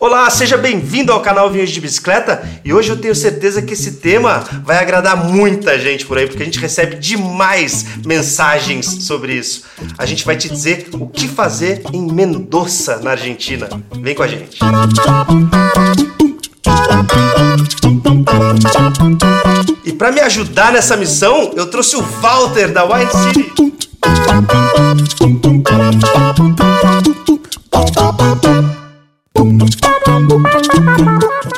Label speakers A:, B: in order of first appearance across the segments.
A: Olá, seja bem-vindo ao canal Vinhos de Bicicleta e hoje eu tenho certeza que esse tema vai agradar muita gente por aí, porque a gente recebe demais mensagens sobre isso. A gente vai te dizer o que fazer em Mendoza, na Argentina. Vem com a gente. E para me ajudar nessa missão, eu trouxe o Walter da Wine City.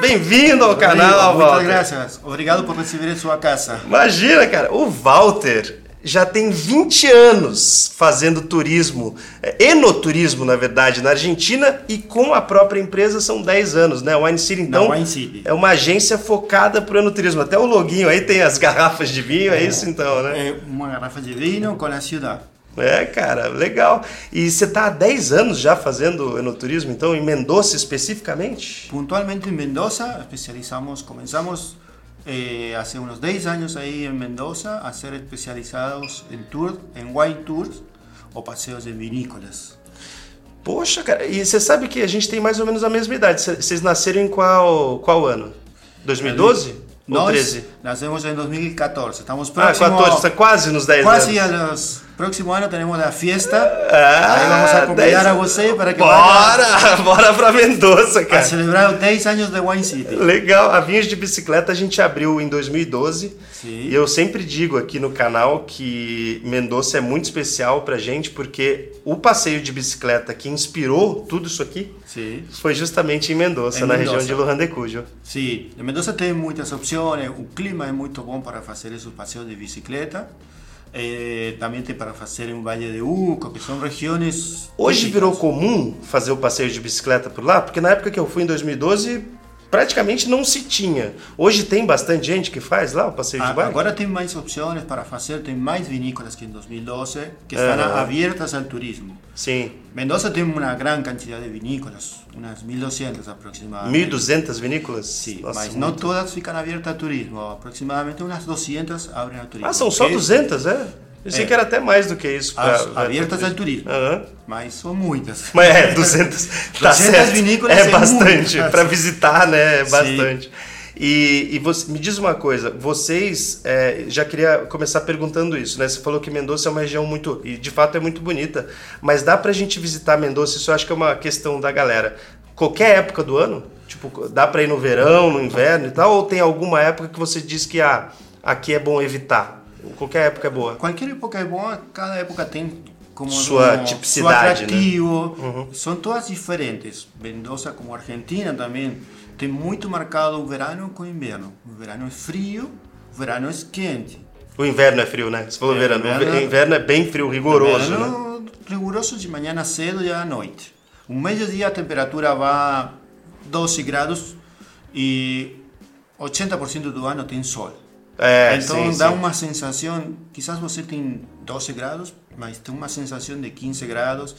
A: Bem-vindo ao canal,
B: Amigo,
A: Walter.
B: Muchas gracias. Obrigado por recibir en su casa.
A: Imagina, cara, o Walter já tem 20 anos fazendo turismo, é, enoturismo, na verdade, na Argentina e com a própria empresa são 10 anos, né? Wine City, então,
B: Na Wine City.
A: é uma agência focada para o enoturismo. Até o loguinho aí tem as garrafas de vinho, é isso então, né?
B: Eh, una garrafa de vino con la ciudad.
A: É, cara, legal. E você tá há 10 anos já fazendo enoturismo, então, em Mendoza especificamente?
B: Puntualmente en Mendoza, especializamos, comenzamos eh, hace unos 10 años ahí en Mendoza a ser especializados en tour, en wine tours o paseos de vinícolas.
A: Poxa, cara, e você sabe que a gente tem mais ou menos a mesma idade. Cê- Vocês nasceram em qual, qual ano? 2012? Ou
B: Nos
A: 13?
B: nacemos en 2014, estamos
A: Ah,
B: próximos.
A: 14, tá quase nos 10
B: Casi a
A: anos.
B: los próximo año tenemos la fiesta.
A: Ah,
B: ahí vamos a
A: 10
B: acompañar a vos para que vaya
A: Bora! Bora pra Mendoza,
B: a
A: cara.
B: celebrar 10 años de Wine City.
A: Legal, a Vinhas de Bicicleta a gente abriu em 2012
B: Sim.
A: e eu sempre digo aqui no canal que Mendoza é muito especial pra gente porque o passeio de bicicleta que inspirou tudo isso aqui
B: Sí.
A: foi justamente em Mendoza,
B: Em
A: na
B: Mendoza.
A: região de Lujan de Cuyo.
B: Sí, en Mendoza tiene muchas opciones, el clima es muy bueno para hacer esos paseos de bicicleta, eh, también te para hacer en Valle de Uco, que son regiones...
A: Hoje
B: típicas.
A: virou comum fazer o passeio de bicicleta por lá, porque na época que eu fui em 2012 praticamente não se tinha. Hoje tem bastante gente que faz lá o passeio
B: A-
A: de bike.
B: Ah, Ahora tiene más opciones para hacer, tiene más vinícolas que en 2012, que
A: Ah.
B: están abiertas al turismo.
A: Sim,
B: Mendoza tiene una gran cantidad de vinícolas, unas 1200 aproximadamente.
A: 1.200 vinícolas.
B: Sí,
A: Nossa,
B: Ah, é. mas no
A: muito.
B: todas fican abiertas al turismo, aproximadamente unas 200 abren al turismo.
A: Ah, são só
B: que
A: 200, é? Pensei
B: É.
A: que era até mais do que isso. pra-
B: as- Abiertas
A: Ah,
B: al turismo,
A: Aham.
B: mas son muchas.
A: Mas é, 200. tá
B: 200
A: certo.
B: vinícolas
A: é
B: é
A: bastante.
B: muito.
A: Para visitar, né? É
B: Sim.
A: bastante. E, e você- me diz uma coisa, vocês. é, já queria começar perguntando isso, né? Você falou que Mendoza é uma região muito. E de fato é muito bonita. Mas dá pra gente visitar Mendoza? Isso eu acho que é uma questão da galera. Qualquer época do ano? Tipo, dá pra ir no verão, no inverno e tal? Ou tem alguma época que você diz que ah, aqui é bom evitar? Qualquer época é boa.
B: Cualquier época es buena, cada época tiene como um
A: Su tipicidad,
B: su atractivo.
A: Uhum.
B: Son todas diferentes. Mendoza como Argentina también tiene muy marcado el verano con invierno. El verano es frío, el verano es quente.
A: O inverno é frio, né? Você falou
B: É,
A: verão. O
B: inverno-
A: inverno é bem frio, rigoroso, né?
B: verano riguroso de mañana cedo y a la noche. Un mediodía la Um temperatura va a 12 grados y 80% del año tiene sol.
A: É,
B: Então
A: sim,
B: dá
A: sim.
B: uma sensação, quizás você tem 12 graus, mas tem uma sensação de 15 graus.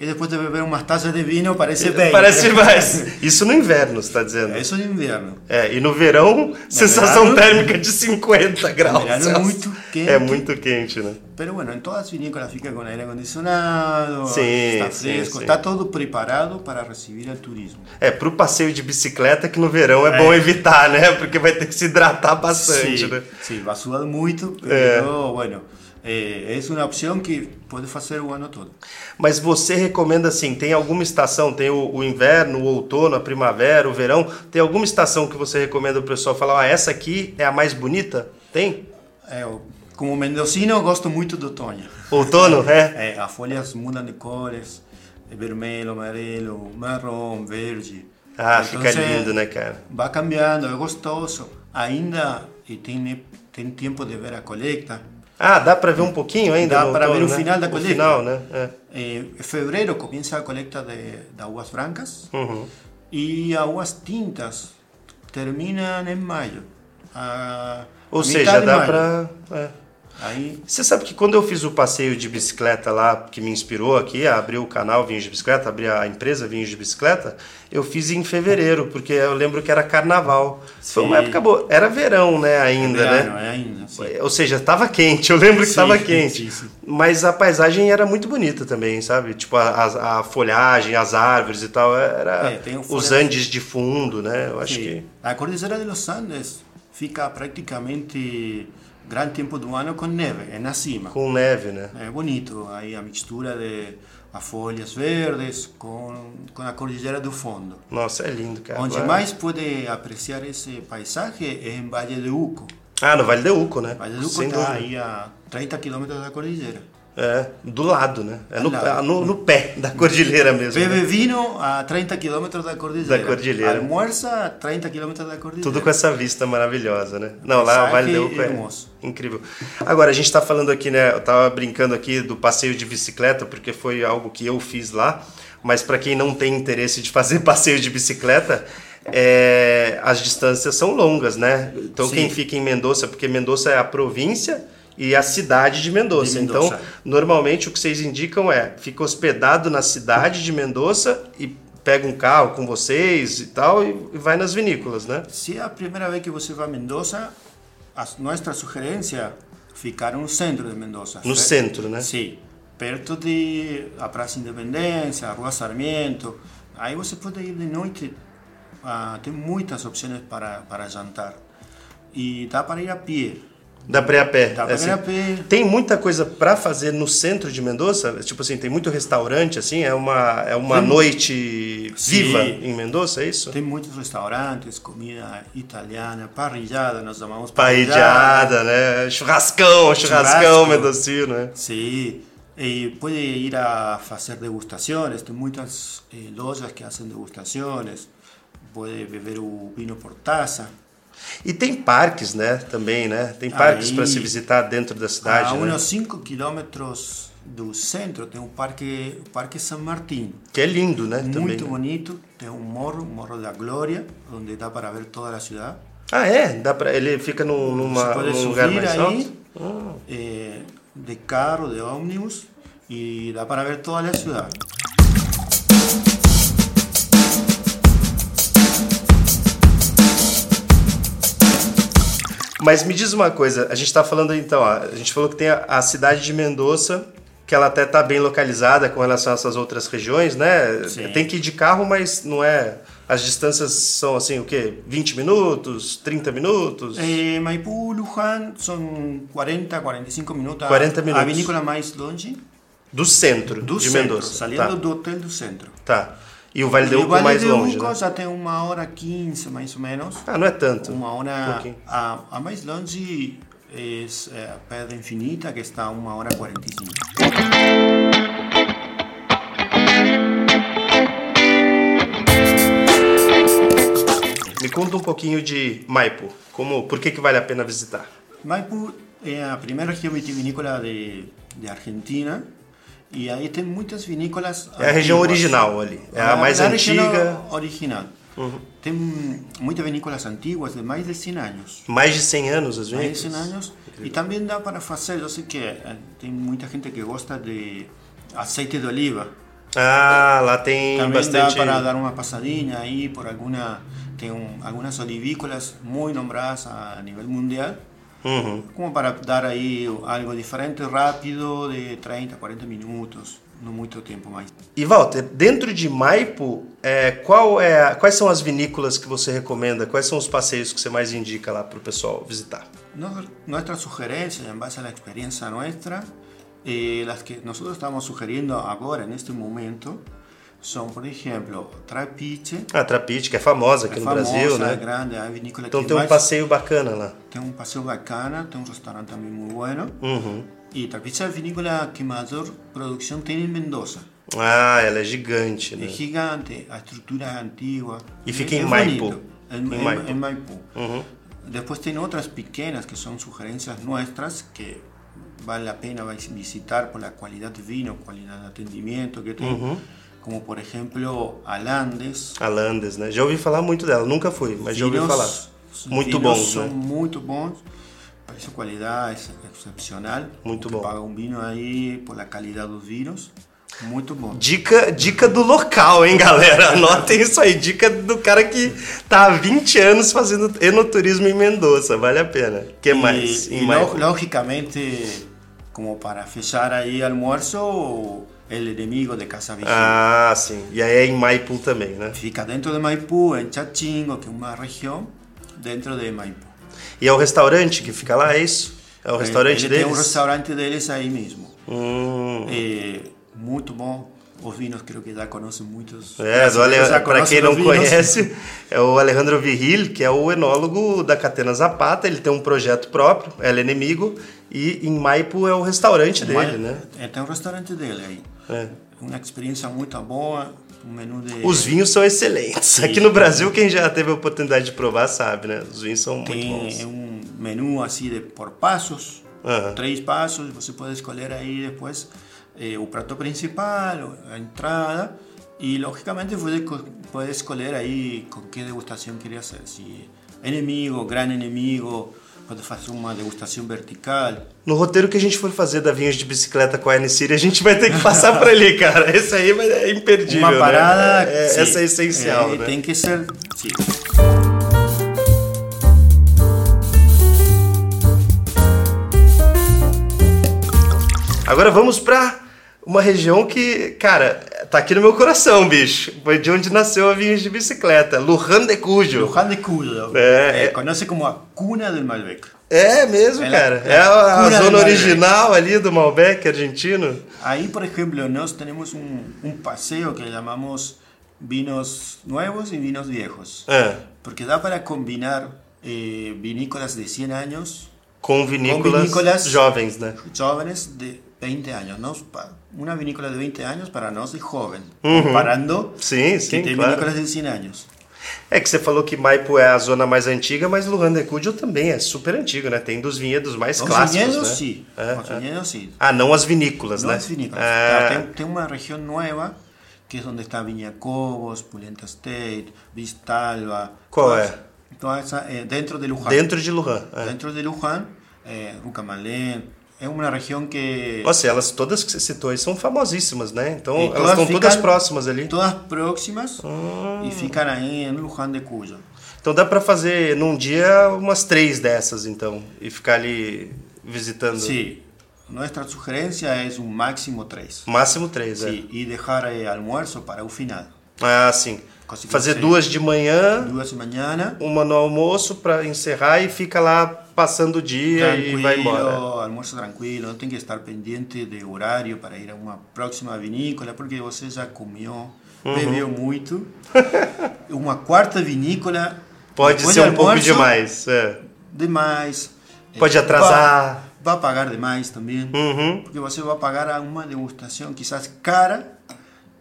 B: E depois de beber umas taças de vinho, parece bem.
A: Eh, Parece mais. Isso no inverno, você está dizendo.
B: Isso de inverno.
A: É, e no verão, sensação
B: verão- é
A: térmica de 50 graus.
B: verão é
A: Celsius.
B: muito quente.
A: É muito quente, né?
B: Pero bueno, em todas as vinícolas fica com aire acondicionado,
A: Sim,
B: está
A: sim,
B: fresco,
A: sim.
B: está todo preparado para receber o turismo.
A: É, pro passeio de bicicleta que no verão é, bom evitar, né? Porque vai ter que se hidratar bastante, né?
B: sim, vai suar muito, mas, bueno, eh, é, é uma opção que pode fazer o ano todo.
A: Mas você recomenda assim, tem alguma estação, tem o, o inverno, o outono, a primavera, o verão, tem alguma estação que você recomenda o pessoal falar, ah, essa aqui é a mais bonita? Tem?
B: Eu, Eh, como mendocino, eu gosto muito do outono.
A: Outono, é?
B: É, as folhas mudam Eh, de cores, é vermelho, amarelo, marrom, verde.
A: Ah, fica
B: Então,
A: lindo, né, cara?
B: Vai cambiando, é gostoso. Ainda e tem, e- tem tempo de ver a colheita.
A: Ah, dá pra ver um pouquinho ainda?
B: Dá
A: no
B: pra ver
A: outono,
B: o
A: né?
B: final da
A: O
B: colheita.
A: final, né? É.
B: É, em fevereiro começa a colheita de, de uvas brancas
A: Uhum.
B: e as uvas tintas terminam em maio. A-
A: Ou
B: Ah, a
A: seja, Oh,
B: metade de
A: dá
B: maio.
A: pra. é.
B: Aí,
A: Você sabe que quando eu fiz o passeio de bicicleta lá, que me inspirou aqui, a abrir o canal Vinhos de Bicicleta, abrir a empresa Vinhos de Bicicleta, eu fiz em fevereiro, porque eu lembro que era carnaval. Foi uma
B: Sim.
A: época boa. Era verão, né, ainda,
B: verano,
A: né?
B: é ainda, sim.
A: Ou seja, estava quente, eu lembro que
B: Sim,
A: estava
B: sim,
A: quente.
B: sim, sim.
A: Mas a paisagem era muito bonita também, sabe? Tipo, a, a- a folhagem, as árvores e tal, era
B: É, tem o
A: os
B: folhado.
A: Andes de fundo, né? Eu acho
B: Sí.
A: que...
B: La cordillera de los Andes fica prácticamente gran tiempo do ano con nieve, en la cima.
A: Com neve, né?
B: É bonito, aí a mistura de as folhas verdes com, com a cordilheira do fundo.
A: Nossa, é lindo, cara.
B: Onde
A: Lá-
B: mais pode apreciar esse paisagem é em Vale de Uco.
A: Ah, no Vale de Uco, né?
B: Vale de Uco tá.
A: Sem
B: está
A: dúvida.
B: aí a 30 quilômetros da cordilheira.
A: É, do lado, né? É no,
B: Do lado.
A: ah, no, no pé da cordilheira mesmo. né?
B: Bebe vinho a 30 quilômetros da cordilheira.
A: Da cordilheira.
B: Almoerza a 30 quilômetros da cordilheira.
A: Tudo com essa vista maravilhosa, né? Não, lá o
B: Paisagem
A: Vale do Uco é
B: hermoso.
A: incrível. Agora, a gente tá falando aqui, né? Eu tava brincando aqui do passeio de bicicleta, porque foi algo que eu fiz lá. Mas para quem não tem interesse de fazer passeio de bicicleta, é, as distâncias são longas, né? Então,
B: Sim.
A: quem fica em Mendoza, porque Mendoza é a província e a cidade de Mendoza.
B: De
A: então,
B: Mendoza.
A: Normalmente o que vocês indicam é fica hospedado na cidade de Mendoza e pega um carro com vocês e tal e e vai nas vinícolas, né?
B: Se é a primeira vez que você vai a Mendoza, a nossa sugerência é ficar no centro de Mendoza.
A: No
B: Fe-
A: centro, ¿eh? né?
B: Sim, perto de a Praça Independência, a Rua Sarmiento. Aí você pode ir de noite, ah, tem muitas opções para, para jantar. E dá para ir a pé.
A: Dá pra ir a pé. É assim,
B: Dá pra ir a pé.
A: Tem muita coisa pra fazer no centro de Mendoza? Tipo assim, tem muito restaurante, assim? É uma, é uma noite
B: Sim.
A: viva em Mendoza, é isso?
B: Tem muitos restaurantes, comida italiana, parrillada, nós chamamos
A: Paedeada, né? Churrascão, churrascão
B: Churrasco.
A: mendocino, né?
B: Sí, eh, puede ir a hacer degustaciones, hay muchas eh, lojas que hacen degustaciones, puede beber un vino por taza.
A: E tem parques, né? Também, né? Tem parques
B: Aí. Ah,
A: pra se visitar dentro da cidade,
B: a
A: né?
B: unos 5 kilómetros del centro tem un parque, parque San Martín,
A: Que é lindo, né?
B: muy
A: né?
B: bonito, tem un morro, un morro de la gloria, donde da para ver toda la ciudad.
A: Ah, é? Dá pra... Ele fica num, numa,
B: Você pode
A: num lugar
B: subir
A: mais
B: aí
A: alto?
B: eh, de carro, de ómnibus y da para ver toda la ciudad.
A: Mas me diz uma coisa, a gente tá falando então, ó, a gente falou que tem a, a cidade de Mendoza, que ela até tá bem localizada com relação a essas outras regiões, né?
B: Sim.
A: Tem que ir de carro, mas não é... As distâncias são assim, o quê? 20 minutos? 30 minutos?
B: Eh, Maipú, Luján son 40, 45 minutos.
A: 40
B: A
A: minutos.
B: vinícola más longe
A: Do centro
B: do
A: de
B: centro,
A: Mendoza.
B: saindo do hotel do centro.
A: Tá, tá. E o Vale
B: E
A: do tá. Uco
B: Vale
A: mais
B: de
A: longe,
B: Uco
A: né?
B: já tem uma hora 15, mais ou menos.
A: Ah, não é tanto.
B: Uma hora...
A: pouquinho.
B: a, a mais longe é a Pedra Infinita, que está a uma hora 45.
A: Me conta um pouquinho de Maipo. Como, por que que vale a pena visitar?
B: Maipú é a primeira região vitivinícola de, de Argentina. E aí tem muitas vinícolas
A: É a região
B: antiguas.
A: original ali. É a mais
B: da
A: antiga.
B: região Original. Tem muitas vinícolas antiguas de mais de 100 anos.
A: Mais de 100 anos, às
B: Mais de
A: vezes.
B: 100 anos. E também dá para fazer, eu sei que eh, tem muita gente que gosta de azeite de oliva.
A: Ah, lá tem
B: Também
A: bastante.
B: dá para dar uma passadinha aí por alguma tem um, algumas olivícolas muito nombradas a nível mundial.
A: Uhum.
B: Como para dar aí algo diferente, rápido, de 30, 40 minutos, não muito tempo mais.
A: E Walter, dentro de Maipo, é, qual é, a- quais são as vinícolas que você recomenda? Quais são os passeios que você mais indica lá para o pessoal visitar?
B: Nos- Nuestra sugerencia, en base a la experiencia nuestra, eh, las que nosotros estamos sugiriendo ahora, en este momento, son, por ejemplo, Trapiche,
A: A Trapite, que é famosa aqui
B: la
A: no
B: famosa,
A: Brasil,
B: la
A: né?
B: grande, la vinícola
A: Então
B: que
A: tem um
B: más-
A: passeio bacana lá.
B: tiene un paseo bacana, tiene un restaurante también muy bueno.
A: Uhum.
B: Y Trapiche es la vinícola que mayor producción tiene en Mendoza.
A: Ah, ela é gigante, né?
B: Es gigante, la estructura es antigua.
A: Y
B: es-
A: fica en
B: es
A: Maipú.
B: bonito, En,
A: En
B: en-
A: Maipú.
B: en Maipú.
A: Uhum.
B: Después tiene otras pequeñas que son sugerencias nuestras que vale la pena vais- visitar por la calidad de vino, calidad de atendimiento que tiene. Como por ejemplo Alandes.
A: Alandes, né? Já ouvi falar muito dela, nunca fui, mas já ouvi
B: Vinos-
A: falar.
B: os
A: Muito
B: vinos
A: bons,
B: São
A: né?
B: muito bons. Preço-qualidade ex- excepcional.
A: Muito
B: Tu
A: bom.
B: Paga um vinho aí pela qualidade dos vinhos. Muito bom.
A: Dica, dica do local, hein, galera? Anotem isso aí. Dica do cara que tá há 20 anos fazendo enoturismo em Mendoza. Vale a pena. O que mais?
B: E,
A: em
B: e
A: Maio?
B: lo- logicamente, como para fechar aí almuerzo, el enemigo de Casa Vigía.
A: Ah, sim. E aí é em Maipum também, né?
B: Fica dentro de Maipú, en Chachingo, que es una región dentro de Maipú.
A: E é o restaurante que fica lá, é isso? É o restaurante
B: Ele
A: deles?
B: Tem um restaurante deles aí mesmo.
A: Hum.
B: É, muito bom. Os vinhos, creio que já conhecem muitos.
A: É, do Ale-
B: já
A: pra quem
B: conhecem
A: não
B: os vinhos.
A: conhece, é o Alejandro Virril, que é o enólogo da Catena Zapata. Ele tem um projeto próprio, El Enemigo, e em Maipo é o restaurante
B: Mas-
A: dele, né?
B: É, tem um restaurante dele aí.
A: É.
B: Uma experiência muito boa, um menu de...
A: Os vinhos são excelentes. Aqui no Brasil, quem já teve a oportunidade de provar sabe, né? Os vinhos são muito
B: Tem
A: bons.
B: um menu assim de por passos,
A: Aham.
B: três passos, você pode escolher aí depois eh, o prato principal, a entrada e logicamente você co- pode escolher aí com que degustação queria hacer, se inimigo, gran inimigo, pode fazer uma degustação vertical.
A: No roteiro que a gente for fazer da Vinhos de Bicicleta com a N-Siri, a gente vai ter que passar por ali, cara. Esse aí vai- é imperdível.
B: Uma
A: né?
B: parada.
A: É,
B: sim,
A: Essa é essencial,
B: eh,
A: né?
B: Tem que ser. sim.
A: Agora vamos pra uma região que, cara, tá aqui no meu coração, bicho. Foi de onde nasceu a Vinhos de Bicicleta, Lujan de Cujo.
B: Luján de Cuyo.
A: É, é.
B: conoce como a cuna del Malbec.
A: É mesmo,
B: Ela-
A: cara.
B: ela
A: É a, a
B: cura
A: zona
B: do Malbec.
A: original ali do Malbec argentino.
B: Ahí, por ejemplo, nos tenemos un, un paseo que llamamos vinos nuevos y vinos viejos.
A: É,
B: Porque da para combinar eh, vinícolas de 100 años,
A: com vinícolas,
B: vinícolas.
A: jovens, né?
B: jóvenes de 20 años. ¿no? Pa- Una vinícola de 20 años para nos es joven, comparando
A: Sim,
B: que
A: sim,
B: tiene
A: claro.
B: vinícolas de 100 años.
A: É que você falou que Maipo é a zona mais antiga, mas Lujan de Cujo também é super antigo, né? Tem dos vinhedos mais
B: Los
A: clássicos,
B: viñedos
A: né?
B: sí,
A: É,
B: los
A: é.
B: viñedos sí.
A: Ah, não as vinícolas,
B: No
A: né?
B: es vinícola.
A: Ah,
B: Claro, Tem, tem una región nueva que es donde está Viñacobos, Pulenta State, Vistalba.
A: ¿Cuál
B: todas-
A: es?
B: todas esas, eh, dentro de Luján.
A: dentro de ah. Lujan. É.
B: Dentro de Luján, eh, Rucamalén. Es una región que.
A: Nossa, e elas todas que você citou aí são famosíssimas, né? Então
B: que
A: elas estão todas
B: fican-
A: próximas ali.
B: Todas próximas
A: Ah.
B: y fican ahí en Luján de Cuyo.
A: Então dá pra fazer num dia umas três dessas, então, e ficar ali visitando.
B: Sí, nuestra sugerencia es un máximo tres.
A: Máximo três, é.
B: Sí, y dejar eh, almuerzo para un final.
A: Ah, sim.
B: Conseguiu
A: Fazer
B: ser.
A: duas de manhã,
B: Dudas de mañana.
A: uma no almoço pra encerrar e fica lá passando o dia e vai embora.
B: almuerzo tranquilo, no tiene que estar pendiente de horario para ir a una próxima vinícola, porque você ya comió, bebió mucho. una cuarta vinícola.
A: Pode
B: depois
A: ser um
B: do
A: pouco
B: almoço,
A: demais. É.
B: Demais. Eh,
A: Pode atrasar.
B: Va, va a pagar demais también,
A: Uhum.
B: porque você va a pagar a una degustación quizás cara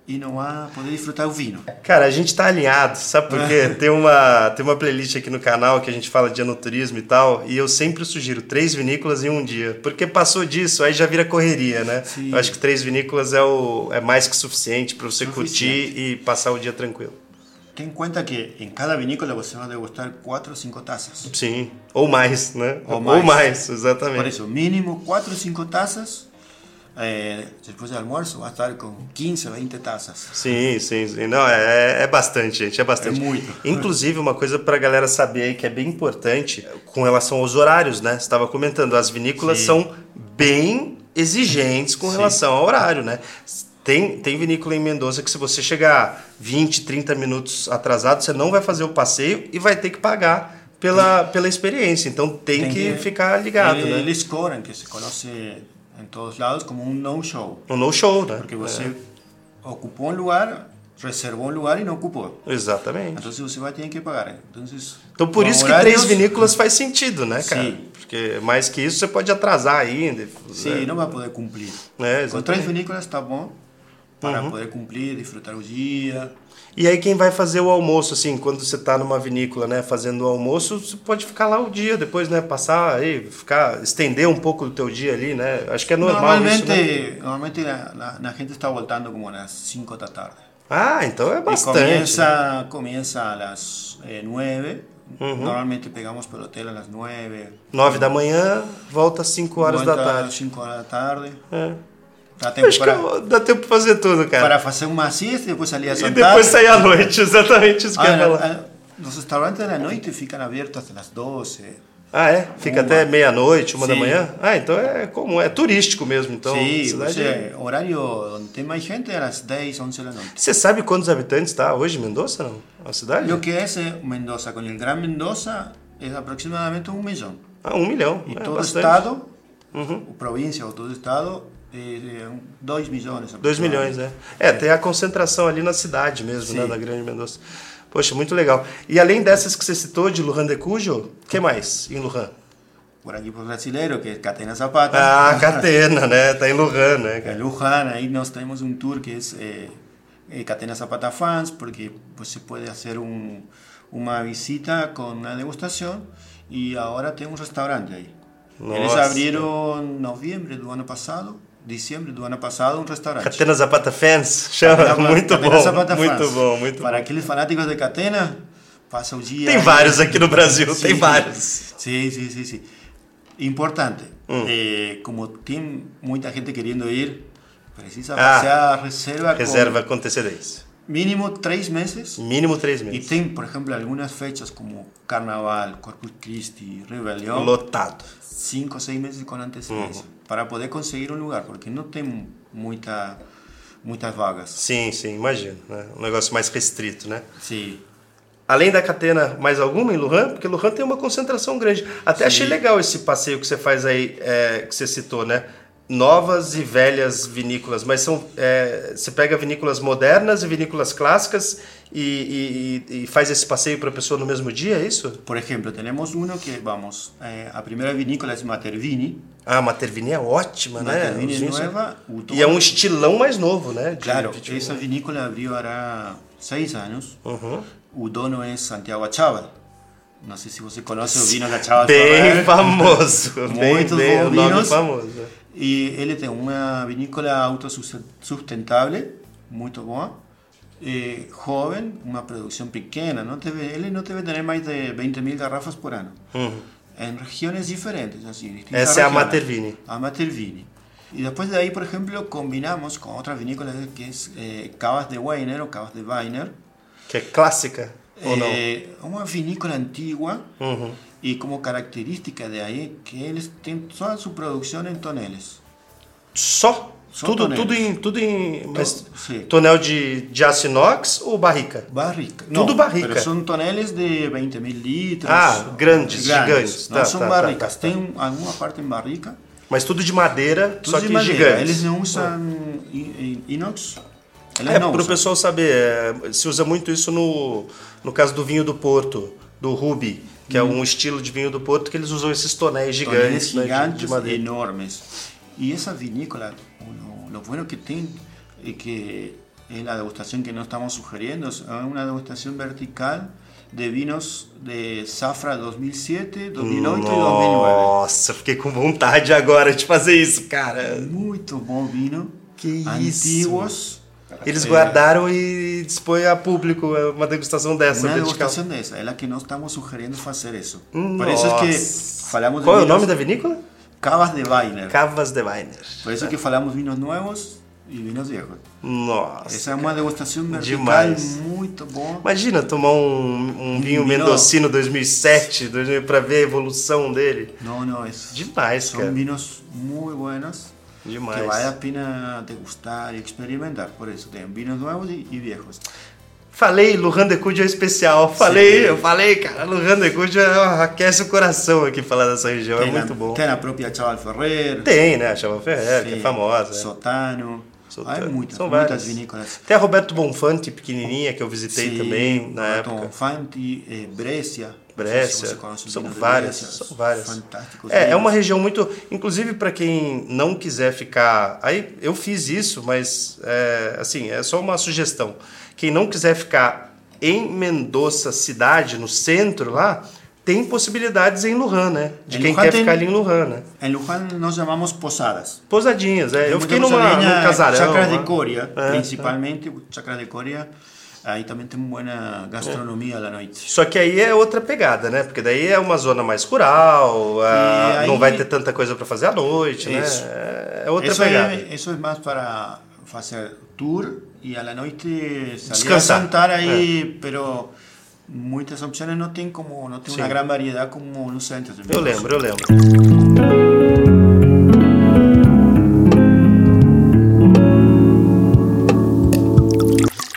B: y no va a poder disfrutar el vino.
A: Cara, a gente tá alinhado, sabe por quê? tem, uma, tem uma playlist aqui no canal que a gente fala de anoturismo e tal, e eu sempre sugiro três vinícolas em um dia, porque passou disso, aí já vira correria, né?
B: Sim.
A: Eu acho que três vinícolas é, o, é mais que suficiente pra você
B: Suficiente.
A: curtir e passar o dia tranquilo.
B: Ten en cuenta que en cada vinícola você va a degustar cuatro o cinco tazas.
A: Sim, ou mais, né?
B: Ou mais.
A: exatamente.
B: Por eso, mínimo 4 o 5 tazas. eh, después del almuerzo va a estar con 15 o 20 tazas.
A: Sim, sim, sim. Não, é, é bastante, gente, é bastante.
B: É muito.
A: Inclusive, uma coisa pra galera saber aí que é bem importante com relação aos horários, né? Você estava comentando, as vinícolas são bem exigentes com relação ao horário, né? Tem, tem vinícola em Mendoza que se você chegar 20, 30 minutos atrasado, você não vai fazer o passeio e vai ter que pagar pela, pela experiência. Então tem,
B: Tem
A: que,
B: que-
A: ficar ligado,
B: Eh,
A: né?
B: Eles cobran, que se conoce en todos lados como un no-show.
A: No no show, né?
B: Porque você ocupó un lugar, reservó un lugar y no ocupó.
A: É, exatamente.
B: Entonces você vai ter que pagar. Entonces,
A: Então por
B: com
A: isso que
B: horários-
A: três vinícolas faz sentido, né, cara?
B: é Sim.
A: Porque mais que isso você pode atrasar ainda.
B: Sim, não vai poder cumprir.
A: É,
B: Com
A: exatamente.
B: três vinícolas está bom para poder cumprir, disfrutar o dia.
A: E aí quem vai fazer o almoço, assim, quando você tá numa vinícola, né, fazendo o almoço, você pode ficar lá o dia depois, né, passar aí, ficar, estender um pouco do teu dia ali, né? Acho que é normal isso,
B: normalmente
A: né?
B: normalmente la, la- la gente está voltando como a las 5 de la tarde.
A: Ah, então é
B: Y
A: bastante. né?
B: comienza, comienza a las 9 Uhum. eh, Normalmente pegamos pelo hotel a las 9.
A: 9 da manhã, volta às 5 horas da tarde. Eh.
B: 5 horas da tarde.
A: É.
B: Dá tempo
A: Acho
B: para,
A: que eu- dá tempo pra fazer tudo, cara.
B: para fazer uma siesta e depois sair a
A: E
B: jantar.
A: depois sair à noite, exatamente isso que eu ia
B: Ah,
A: falar.
B: ah, Los restaurantes de la noche fican abiertos hasta las 12.
A: Ah, é? Fica
B: Uma.
A: até meia-noite, uma da
B: Sim.
A: manhã? Ah, então é comum, é turístico mesmo. Então,
B: sí,
A: cidade-
B: o sea, horario donde tem más gente a las 10, 11 de la noche.
A: Você sabe quantos habitantes está hoje Mendoza, não? A cidade?
B: Lo que es eh, Mendoza, con el Gran Mendoza, es aproximadamente un millón.
A: Ah, um milhão.
B: Y
A: é
B: todo
A: bastante.
B: estado, o provincia o todo estado, eh, eh, 2 millones.
A: 2 milhões, né? É, tem a concentração ali na cidade mesmo, né?
B: Sim.
A: Da Grande Mendoza. Poxa, muito legal. E além dessas que você citou, de Lujan de Cujo, o que mais em Lujan?
B: Por aquí por Brasilero, que es Catena Zapata.
A: Ah, Catena, né? Tá em Lujan, né, cara?
B: En Luján, ahí nos tenemos un tour que es eh, eh, Catena Zapata Fans, porque pues, se puede hacer un- una visita con una degustación y ahora tengo un restaurante ahí. Ellos
A: Nossa.
B: abrieron noviembre del año pasado, diciembre del año pasado, un restaurante.
A: Catena Zapata Fans, chama.
B: É. Catena-
A: muito
B: Catena
A: bom,
B: Zapata
A: muito
B: Fans.
A: bom, muito bom.
B: Para aquellos fanáticos de Catena, pasa un día...
A: Tem vários aqui no Brasil,
B: Sí,
A: tem
B: sí.
A: vários.
B: Sí, sí, sí, sí. Importante.
A: Mm.
B: Eh, como tiene mucha gente queriendo ir, precisa
A: Ah,
B: hacer reserva, con
A: Reserva com antecedência.
B: mínimo tres meses.
A: Mínimo três
B: Y
A: meses.
B: tiene, por ejemplo, algunas fechas como Carnaval, Corpus Christi, Rebelión,
A: Lotado.
B: cinco o seis meses con antecedencia para poder conseguir un lugar, porque no tiene muita, muchas vagas.
A: Sim, sim, imagino. Né? Um negócio mais restrito, né?
B: Sí.
A: Além da catena, mais alguma em Lujan? Porque Lujan tem uma concentração grande. Até achei legal esse passeio que você faz aí, é, que você citou, né? Novas e velhas vinícolas, mas são. é, você pega vinícolas modernas e vinícolas clássicas e, e- e- e faz esse passeio para a pessoa no mesmo dia, é isso?
B: Por ejemplo, tenemos uno que vamos, eh, a primera vinícola es Matervini.
A: Ah, a Matervini é ótima, né?
B: Matervini
A: Os
B: es
A: vinhos são-
B: nueva. o
A: E é
B: tono-
A: um estilão mais novo, né? De-
B: Claro, é
A: de-
B: esa vinícola abrió hará seis años.
A: Uhum.
B: O dono es Santiago Achával. No sé si você conoce o vino de Achával.
A: Bem famoso. bem,
B: né? Muitos
A: bem, o nome
B: bovinos.
A: famoso.
B: E ele tem uma vinícola autossustentável, muito boa, eh, jovem, uma produção pequena. Não teve, ele não deve ter mais de 20 mil garrafas por ano.
A: Uhum.
B: Em regiões diferentes. Assim, distintas
A: Essa é a
B: regiões.
A: Matervini.
B: A Matervini. Y después de ahí, por ejemplo, combinamos con otra vinícola que es eh, Cavas de Weiner o Cavas de Weiner.
A: Que é clássica ou não?
B: Eh, una vinícola antigua
A: Uhum.
B: y como característica de ahí que ellos tienen toda su producción en toneles.
A: Só?
B: Só
A: tudo,
B: tonéis.
A: tudo em. Tudo em mas
B: sim.
A: tonel de, de aço inox ou barrica?
B: Barrica.
A: Tudo barrica.
B: Pero son toneles de 20.000 litros.
A: Ah, grandes, gigantes.
B: No
A: Tá,
B: son
A: tá, tá,
B: barricas.
A: tá, tá.
B: Tienen alguna parte en barrica.
A: Mas tudo de madeira, só
B: Entonces,
A: que
B: de
A: gigantes.
B: madera.
A: Ah.
B: Ellos no usan in- in- inox. Ellos
A: É,
B: no
A: para o
B: usan.
A: pessoal saber, é, se usa muito isso no, no caso do vinho do Porto, do Ruby, que
B: Hum.
A: é um estilo de vinho do Porto que eles usam esses tonéis gigantes,
B: gigantes,
A: né, de-
B: gigantes
A: de madeira.
B: enormes. Y esa vinícola, lo, lo bueno que tiene es que es la degustación que no estamos sugiriendo, es una degustación vertical de vinos de Zafra 2007, 2008 y 2009.
A: Nossa, fiquei com vontade agora de fazer isso, cara.
B: Muy buen vino,
A: Que
B: antiguos.
A: Eles
B: eh,
A: guardaram e dispõem a público é, uma degustação dessa,
B: Una
A: vertical.
B: degustación de esa, es la que no estamos sugiriendo hacer eso.
A: Nossa.
B: um Por eso es que hablamos de
A: Qual é o
B: vinos-
A: nome da vinícola?
B: Cavas de Weiner.
A: Cavas de Weiner.
B: Por eso que hablamos vinos nuevos y vinos viejos.
A: Nossa.
B: Essa é uma degustação vertical
A: Demais.
B: muito boa.
A: Imagina tomar um, um vinho
B: Não.
A: mendocino 2007, 2000, pra ver a evolução dele.
B: Não, não, é
A: Demais,
B: são
A: cara.
B: vinhos muito buenos
A: Demais.
B: que vale a pena degustar e experimentar. Por isso, tem vinhos novos e, e viejos.
A: Falei, Lujan de Cujo é especial. Falei, eu falei, cara. Lujan de Cujo é- aquece o coração aqui falar dessa região. é
B: Tem
A: muito
B: a,
A: bom.
B: Tem a própria Chaval Ferrer.
A: Tem, né? A Chava Ferrer, que é
B: sim,
A: famosa. né?
B: Sotano.
A: Sotano.
B: Há muitas,
A: São
B: muitas
A: várias.
B: vinícolas.
A: Tem a Roberto Bonfanti, pequenininha, que eu visitei
B: Sim,
A: também na
B: Roberto
A: época.
B: Bonfanti, eh, Brescia. Não sei se
A: Brescia,
B: você conhece os
A: são
B: vinhos de
A: várias,
B: Brescia,
A: são várias.
B: Fantásticos.
A: É, é
B: vinhos.
A: uma região muito, inclusive para quem não quiser ficar, aí eu fiz isso, mas é, assim é só uma sugestão. Quem não quiser ficar em Mendoza cidade, no centro lá, tem possibilidades em Lujan, né? De
B: Em
A: quem
B: Luján
A: quer
B: tem-
A: ficar ali em Lujan, né?
B: Em Luján nós chamamos posadas.
A: Pousadinhas, é. Eu
B: Muita
A: fiquei numa,
B: coisa linda,
A: num casarão. né?
B: Chacras de
A: lá.
B: Coria,
A: É,
B: principalmente, chacras de Coria. Aí também tem buena gastronomia da noite.
A: Só que aí é outra pegada, né? Porque daí é uma zona mais rural, a-
B: aí-
A: não vai ter tanta coisa para fazer à noite,
B: Isso.
A: né? É outra
B: Eso
A: pegada.
B: es, eso es más para hacer tour y a la noche salir
A: Descansar.
B: a cantar ahí, pero muchas opciones no tienen como no tienen
A: Sí.
B: una gran variedad como los centros.
A: Eu lembro, eu lembro.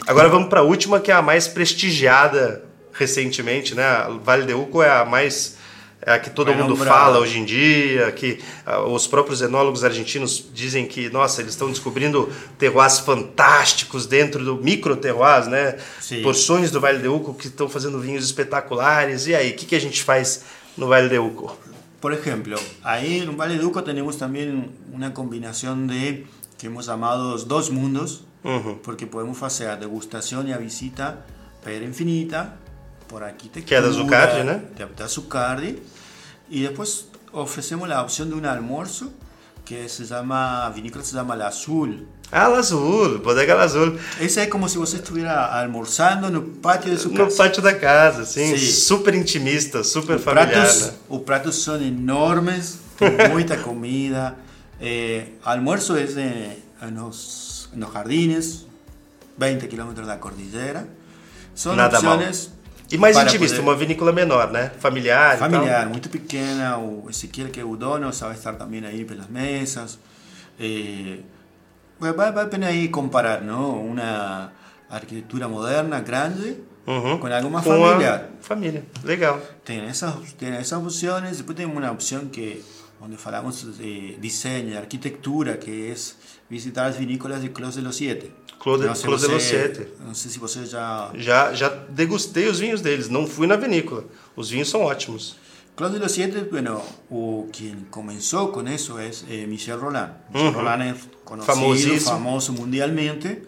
A: Agora vamos para a última, que é a mais prestigiada recentemente, né? A Vale de Uco é a mais. É a que todo
B: Mais
A: mundo
B: nombrada.
A: fala hoje em dia, que ah, os próprios enólogos argentinos dizem que, nossa, eles estão descobrindo terroirs fantásticos dentro do micro terroirs, né?
B: Sim.
A: Porções do Vale de Uco que estão fazendo vinhos espetaculares. E aí, o que, que a gente faz no Vale de Uco?
B: Por ejemplo, ahí en Valle de Uco tenemos también una combinación de que hemos llamado los dos mundos, porque podemos hacer degustación y a visita pero infinita, por aquí te
A: Que é da Zucardi, né?
B: Da Zucardi. Y después ofrecemos la opción de un almuerzo que se llama, vinícola se llama La Azul.
A: Ah, La Azul, Bodega La Azul.
B: Esa es como si usted estuviera almorzando en el patio de su
A: No
B: casa.
A: pátio da casa, assim,
B: Sim.
A: super intimista, super familiar.
B: Pratos,
A: né?
B: los pratos son enormes, con mucha comida. Eh, almuerzo es de- en, los, en los jardines, 20 kilómetros de la cordillera. Son
A: Nada mal.
B: opciones
A: E mais
B: para
A: intimista,
B: poder-
A: uma vinícola menor, né? Familiar,
B: familiar, muy pequeña, o si quiere que Udono sabe estar también ahí en las mesas. Eh, bueno, vale vale la pena ahí comparar, ¿no? Una arquitectura moderna, grande,
A: e tal. Uhum.
B: con algo más
A: Com a
B: familiar.
A: Família, legal.
B: Tienen esas, tienen esas opciones. Después tenemos una opción que, donde hablamos de diseño, de arquitectura, que es visitar las vinícolas de Clos de los Siete.
A: Clos de-
B: No sé
A: Clos de
B: você-
A: los Siete.
B: No sé si vosotros ya...
A: Já, já degustei os vinhos deles, não fui na vinícola. Os vinhos são ótimos.
B: Clos de los Siete, bueno, o quien comenzó con eso es eh, Michel Roland. Michel
A: Ujú.
B: Roland es conocido,
A: Famosísimo.
B: famoso mundialmente.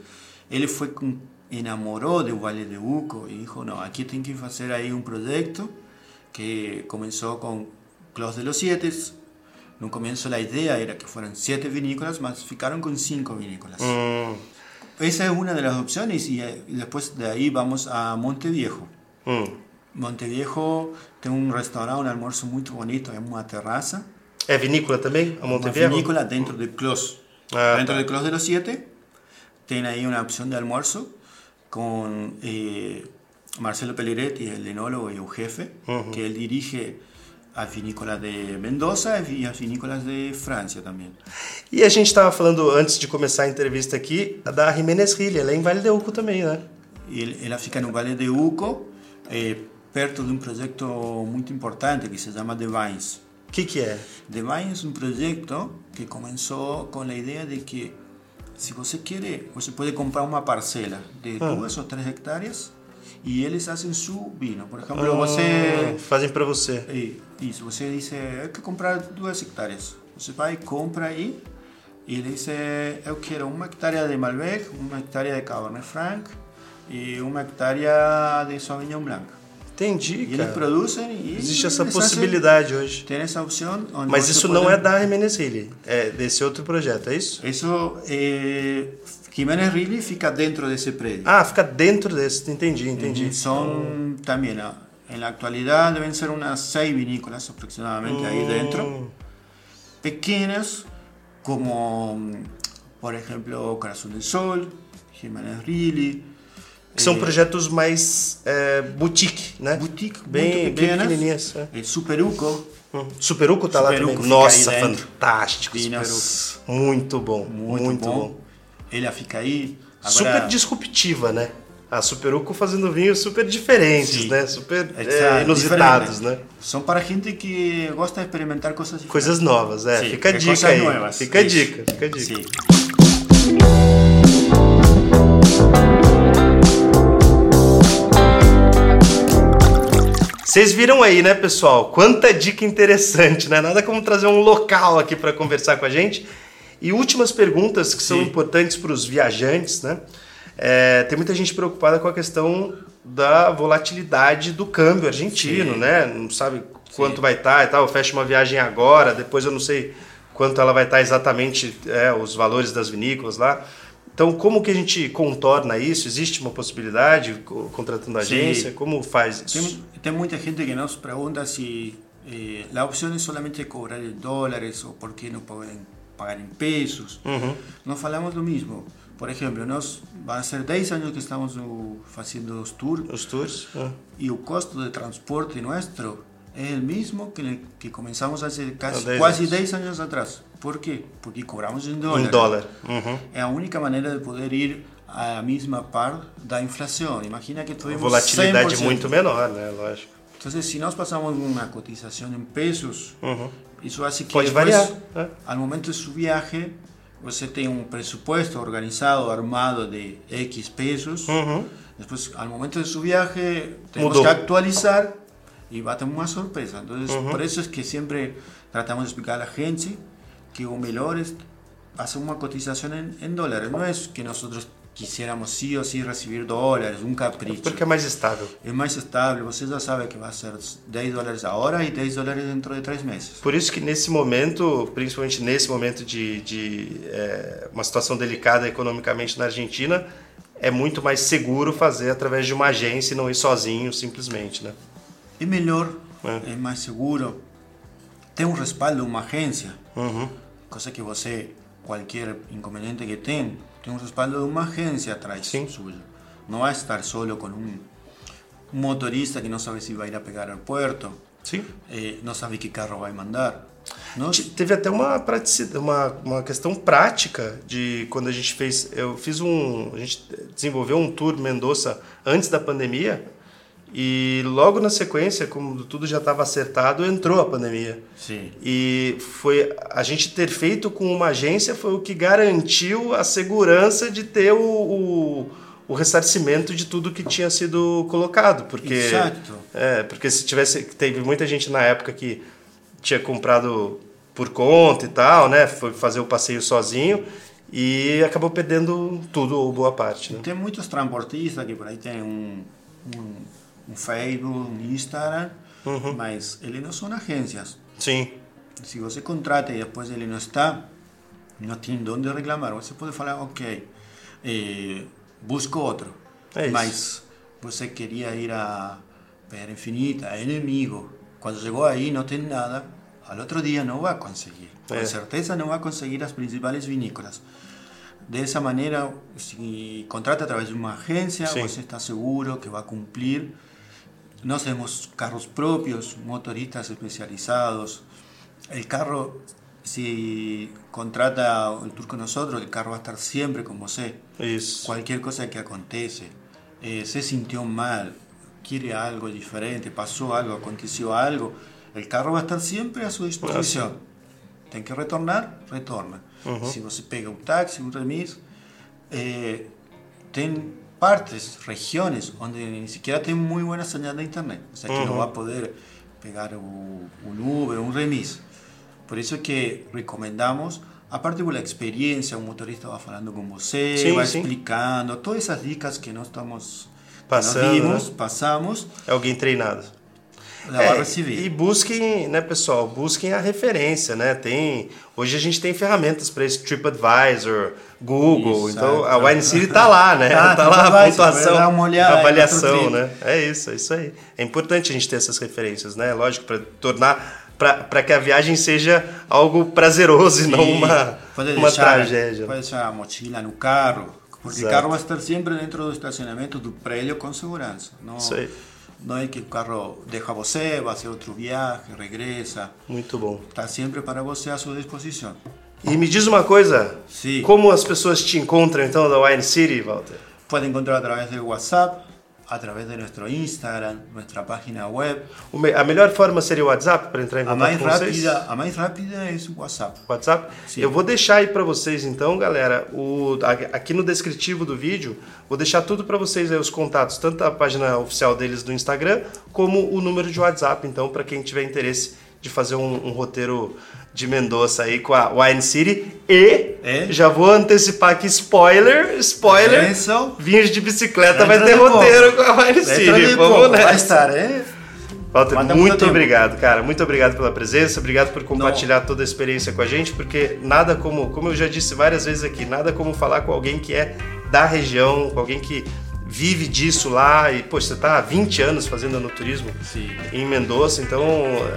B: Él fue con- enamoró de Valle de Uco y dijo, no, aquí tengo que hacer ahí un proyecto que comenzó con Clos de los Siete. En un comienzo la idea era que fueran siete vinícolas, más ficaron con cinco vinícolas.
A: Hum,
B: Esa es una de las opciones y eh, después de ahí vamos a Monteviejo.
A: hum.
B: Monteviejo tiene un restaurante, un almuerzo muy bonito, es una terraza,
A: É vinícola também, a
B: una
A: Montevideo?
B: vinícola dentro del clos.
A: Ah,
B: dentro
A: tá.
B: del clos de los siete, tiene ahí una opción de almuerzo con eh, Marcelo Pelleretti, el enólogo y un jefe, que él dirige a vinícolas de Mendoza y a vinícolas de Francia también.
A: E a gente estava falando, antes de começar a entrevista aqui, da Jiménez Rilha, ela é em Vale de Uco também, né?
B: Él, él fica en un valle de Uco, eh, perto de un proyecto muy importante que se llama The Vines.
A: O que que é?
B: Devine es un proyecto que comenzó con la idea de que si você quiere, você puede comprar una parcela de
A: Ah.
B: dos o tres hectáreas y ellos hacen su vino. Por ejemplo,
A: Ah,
B: você
A: Fazem para você.
B: eh, y si você dice, hay que comprar dos hectáreas, você vai compra ahí y le dice, yo quiero una hectárea de Malbec, una hectárea de Cabernet Franc y una hectárea de Sauvignon Blanc.
A: Entendi,
B: Y ellos
A: cara.
B: producen y
A: Existe essa
B: eles hacen-
A: possibilidade hoje.
B: Tienen esa opción. onde
A: Mas
B: você
A: isso não
B: pode-
A: é da Jimenez Hilly, é desse outro projeto, é isso?
B: Eso, eh, Jiménez Rilly fica dentro de ese predio.
A: Ah, fica dentro desse, entendi,
B: Uhum.
A: entendi.
B: Son también, ah, en la actualidad deben ser unas seis vinícolas aproximadamente ahí dentro. Pequeñas, como mm, por ejemplo Corazón del Sol, Jiménez Rilly.
A: Que São
B: eh,
A: projetos mais é, boutique, né?
B: Boutique,
A: bem,
B: muito
A: bem
B: pequenas.
A: pequenininhas. É.
B: eh, Superuco,
A: Hum. Superuco tá lá
B: Superuco
A: também.
B: fica
A: Nossa,
B: aí né? dentro.
A: fantástico.
B: Minas.
A: Superuco. Muito bom,
B: muy
A: muito, bom.
B: bom. Ella fica ahí.
A: Super disruptiva, né? A Superuco fazendo vinhos super diferentes,
B: Sim.
A: né? Super é,
B: Exacto,
A: inusitados,
B: diferente.
A: né?
B: Son para gente que gosta de experimentar cosas diferentes.
A: Coisas novas, é.
B: Sí,
A: fica a
B: de
A: dica
B: cosas
A: aí.
B: nuevas,
A: Fica a
B: isso.
A: dica, fica a dica.
B: Sí.
A: Vocês viram aí, né, pessoal? Quanta dica interessante, né? Nada como trazer um local aqui para conversar com a gente. E últimas perguntas que são
B: Sim.
A: importantes para os viajantes, né? É, tem muita gente preocupada com a questão da volatilidade do câmbio argentino,
B: Sim.
A: né? Não sabe quanto vai estar e tal. Eu fecho uma viagem tá agora, depois eu não sei quanto ela vai estar exatamente, é, os valores das vinícolas lá. Então, como que a gente contorna isso? Existe uma possibilidade co- contratando a
B: Sim.
A: agência? Como faz isso?
B: Tem, tem muita gente que nos pregunta se eh, la opción es solamente cobrar en dólares o por qué no pueden pagar en pesos. Nos falamos lo mismo. Por ejemplo, nos van a ser 10 años que estamos no, haciendo los tours
A: Os tours? Ah.
B: y el costo de transporte nuestro es el mismo que, el que comenzamos hace casi,
A: Ah, 10
B: casi
A: años.
B: 10 años atrás. ¿Por quê? Porque cobramos en dólares.
A: Um dólar. Uhum.
B: É a única maneira de poder ir à mesma par da inflação. Imagina que
A: Uma
B: tivemos
A: Volatilidade
B: 100%.
A: muito menor, né? Lógico.
B: Então, se nós passamos uma cotização em pesos, isso hace que
A: Pode
B: depois,
A: variar, ¿eh? né?
B: ao momento do seu viagem, você tem um pressuposto organizado, armado de X pesos. Depois, ao momento do seu viagem, temos
A: Mudou.
B: que actualizar e vai ter uma surpresa. Então, por isso é que sempre tratamos de explicar à gente que o melhor é fazer uma cotização em, em dólares. Não é que nós quisiéramos sim ou sim receber dólares, um capricho.
A: Porque é mais estável.
B: Es más estable, usted ya sabe que va a ser 10 dólares ahora y 10 dólares dentro de tres meses.
A: Por isso que nesse momento, principalmente nesse momento de, de, é, uma situação delicada economicamente na Argentina, é muito mais seguro fazer através de uma agência e não ir sozinho, simplesmente, né?
B: Es mejor,
A: Ah.
B: es más seguro, tiene un respaldo, una agencia,
A: Uhum.
B: cosa que usted, cualquier inconveniente que tenga, tiene un respaldo de una agencia atrás
A: Sí.
B: suyo. No va a estar solo con un motorista que no sabe si va a ir a pegar al puerto,
A: Sim.
B: eh, no sabe qué carro va a mandar. ¿no?
A: Te- Teve até uma praticidade, uma, uma questão prática de quando a gente fez. Eu fiz um. A gente desenvolveu um tour Mendoza antes da pandemia. E logo na sequência, como tudo já estava acertado, entrou a pandemia.
B: Sí.
A: E foi a gente ter feito com uma agência foi o que garantiu a segurança de ter o, o, o ressarcimento de tudo que tinha sido colocado, porque
B: Exato.
A: é, porque se tivesse teve muita gente na época que tinha comprado por conta e tal, né, foi fazer o passeio sozinho e acabou perdendo tudo ou boa parte, né?
B: Tem muitos transportistas que por aí tem um, um, um Facebook, um Instagram, mas eles não são agências.
A: Sim.
B: Se você contrata e depois ele não está, não tem de onde reclamar. Você pode falar, ok, eh, busco outro.
A: É isso.
B: mas você queria ir a Pedra Infinita, a Inimigo. Quando chegou aí não tem nada, ao outro dia não vai conseguir. Com
A: É.
B: certeza não vai conseguir as principais vinícolas. Dessa maneira, se contrata através de uma agência,
A: Sim.
B: você está seguro que vai cumprir. Nós temos carros próprios, motoristas especializados. El carro, se contrata o tour com nós, o carro vai estar sempre com você.
A: Isso.
B: Cualquier cosa que acontece, eh, se sintió mal, quiere algo diferente, pasó algo, aconteció algo, el carro va a estar siempre a su disposición. Tiene que retornar, retorna. Si você pega un taxi, un remis, eh, ten partes, regiones, donde ni siquiera tiene muy buena señal de internet. O sea, que no va a poder pegar un, un Uber, un remis. Por eso es que recomendamos, aparte por la experiencia, un motorista va hablando con você,
A: Sí,
B: va
A: sí.
B: explicando, todas esas dicas que no estamos
A: Pasando,
B: que nos dimos, pasamos,
A: É alguém treinado.
B: la
A: É,
B: va a recibir.
A: E busquem, né, pessoal, busquem a referência, né? Tem, hoje a gente tem ferramentas para isso, TripAdvisor, Google,
B: Isso,
A: então
B: é,
A: a
B: tá.
A: Wine City tá lá, né?
B: Tá,
A: tá lá a
B: TripAdvisor,
A: pontuação,
B: vai dar uma
A: a
B: olhada aí,
A: avaliação,
B: outro
A: né? É isso, é isso aí. É importante a gente ter essas referências, né? Lógico, para tornar para que a viagem seja algo prazeroso e não uma,
B: Pode
A: uma
B: deixar- né?
A: tragédia.
B: Pode deixar a mochila no carro, porque
A: Exato.
B: o carro vai estar sempre dentro do estacionamento do prédio com segurança. Não,
A: Isso aí.
B: não é que o carro deixa você, vai fazer outro viagem, regressa.
A: Muito bom.
B: Está sempre para você à sua disposição.
A: E me diz uma coisa,
B: Sim.
A: como as pessoas te encontram então da Wine City, Walter?
B: Puede encontrar a través de WhatsApp, a través de nuestro Instagram, nuestra página web.
A: O me- A melhor forma seria o WhatsApp para entrar em
B: A
A: contato
B: más
A: com vocês?
B: rápida, a más rápida es WhatsApp.
A: WhatsApp.
B: Sim.
A: Eu vou deixar aí para vocês então, galera, o a- aqui no descritivo do vídeo, vou deixar tudo para vocês aí os contatos, tanto a página oficial deles do Instagram, como o número de WhatsApp, então para quem tiver interesse de fazer um, um roteiro de Mendoza aí com a Wine City e
B: É.
A: já vou antecipar aqui spoiler, spoiler.
B: Isso.
A: Vinhos de bicicleta
B: Dentro
A: vai ter
B: de pouco.
A: roteiro com a Wine
B: Dentro
A: City.
B: de
A: Vamos
B: poco
A: nessa.
B: va a estar, ¿eh?
A: Walter,
B: Mas dá muito
A: muito
B: tempo.
A: obrigado, cara. Muito obrigado pela presença, obrigado por compartilhar toda a experiência com a gente, porque nada como, como eu já disse várias vezes aqui, nada como falar com alguém que é da região, com alguém que vive disso lá e, pô, você tá há 20 anos fazendo anoturismo
B: Sí.
A: em Mendoza, então,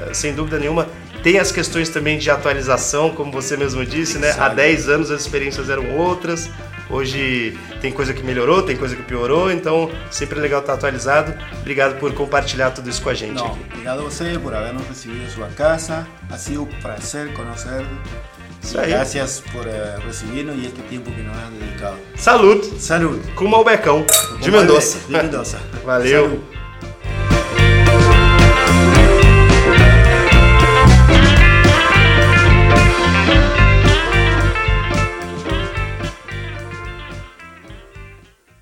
A: eh, sem dúvida nenhuma, tem as questões também de atualização, como você mesmo disse, né? Há
B: Exato.
A: 10 anos as experiências eram outras, hoje tem coisa que melhorou, tem coisa que piorou, então sempre é legal estar atualizado. Obrigado por compartilhar tudo isso com a gente
B: No,
A: aqui.
B: obrigado a ustedes por habernos recibido en su casa. Ha sido un placer conocer.
A: Isso aí.
B: Gracias por eh, recibirnos y este tiempo que nos han dedicado.
A: Saludo
B: Salud.
A: com o Malbecão de Mendoza.
B: De Mendoza.
A: Valeu.
B: Salud.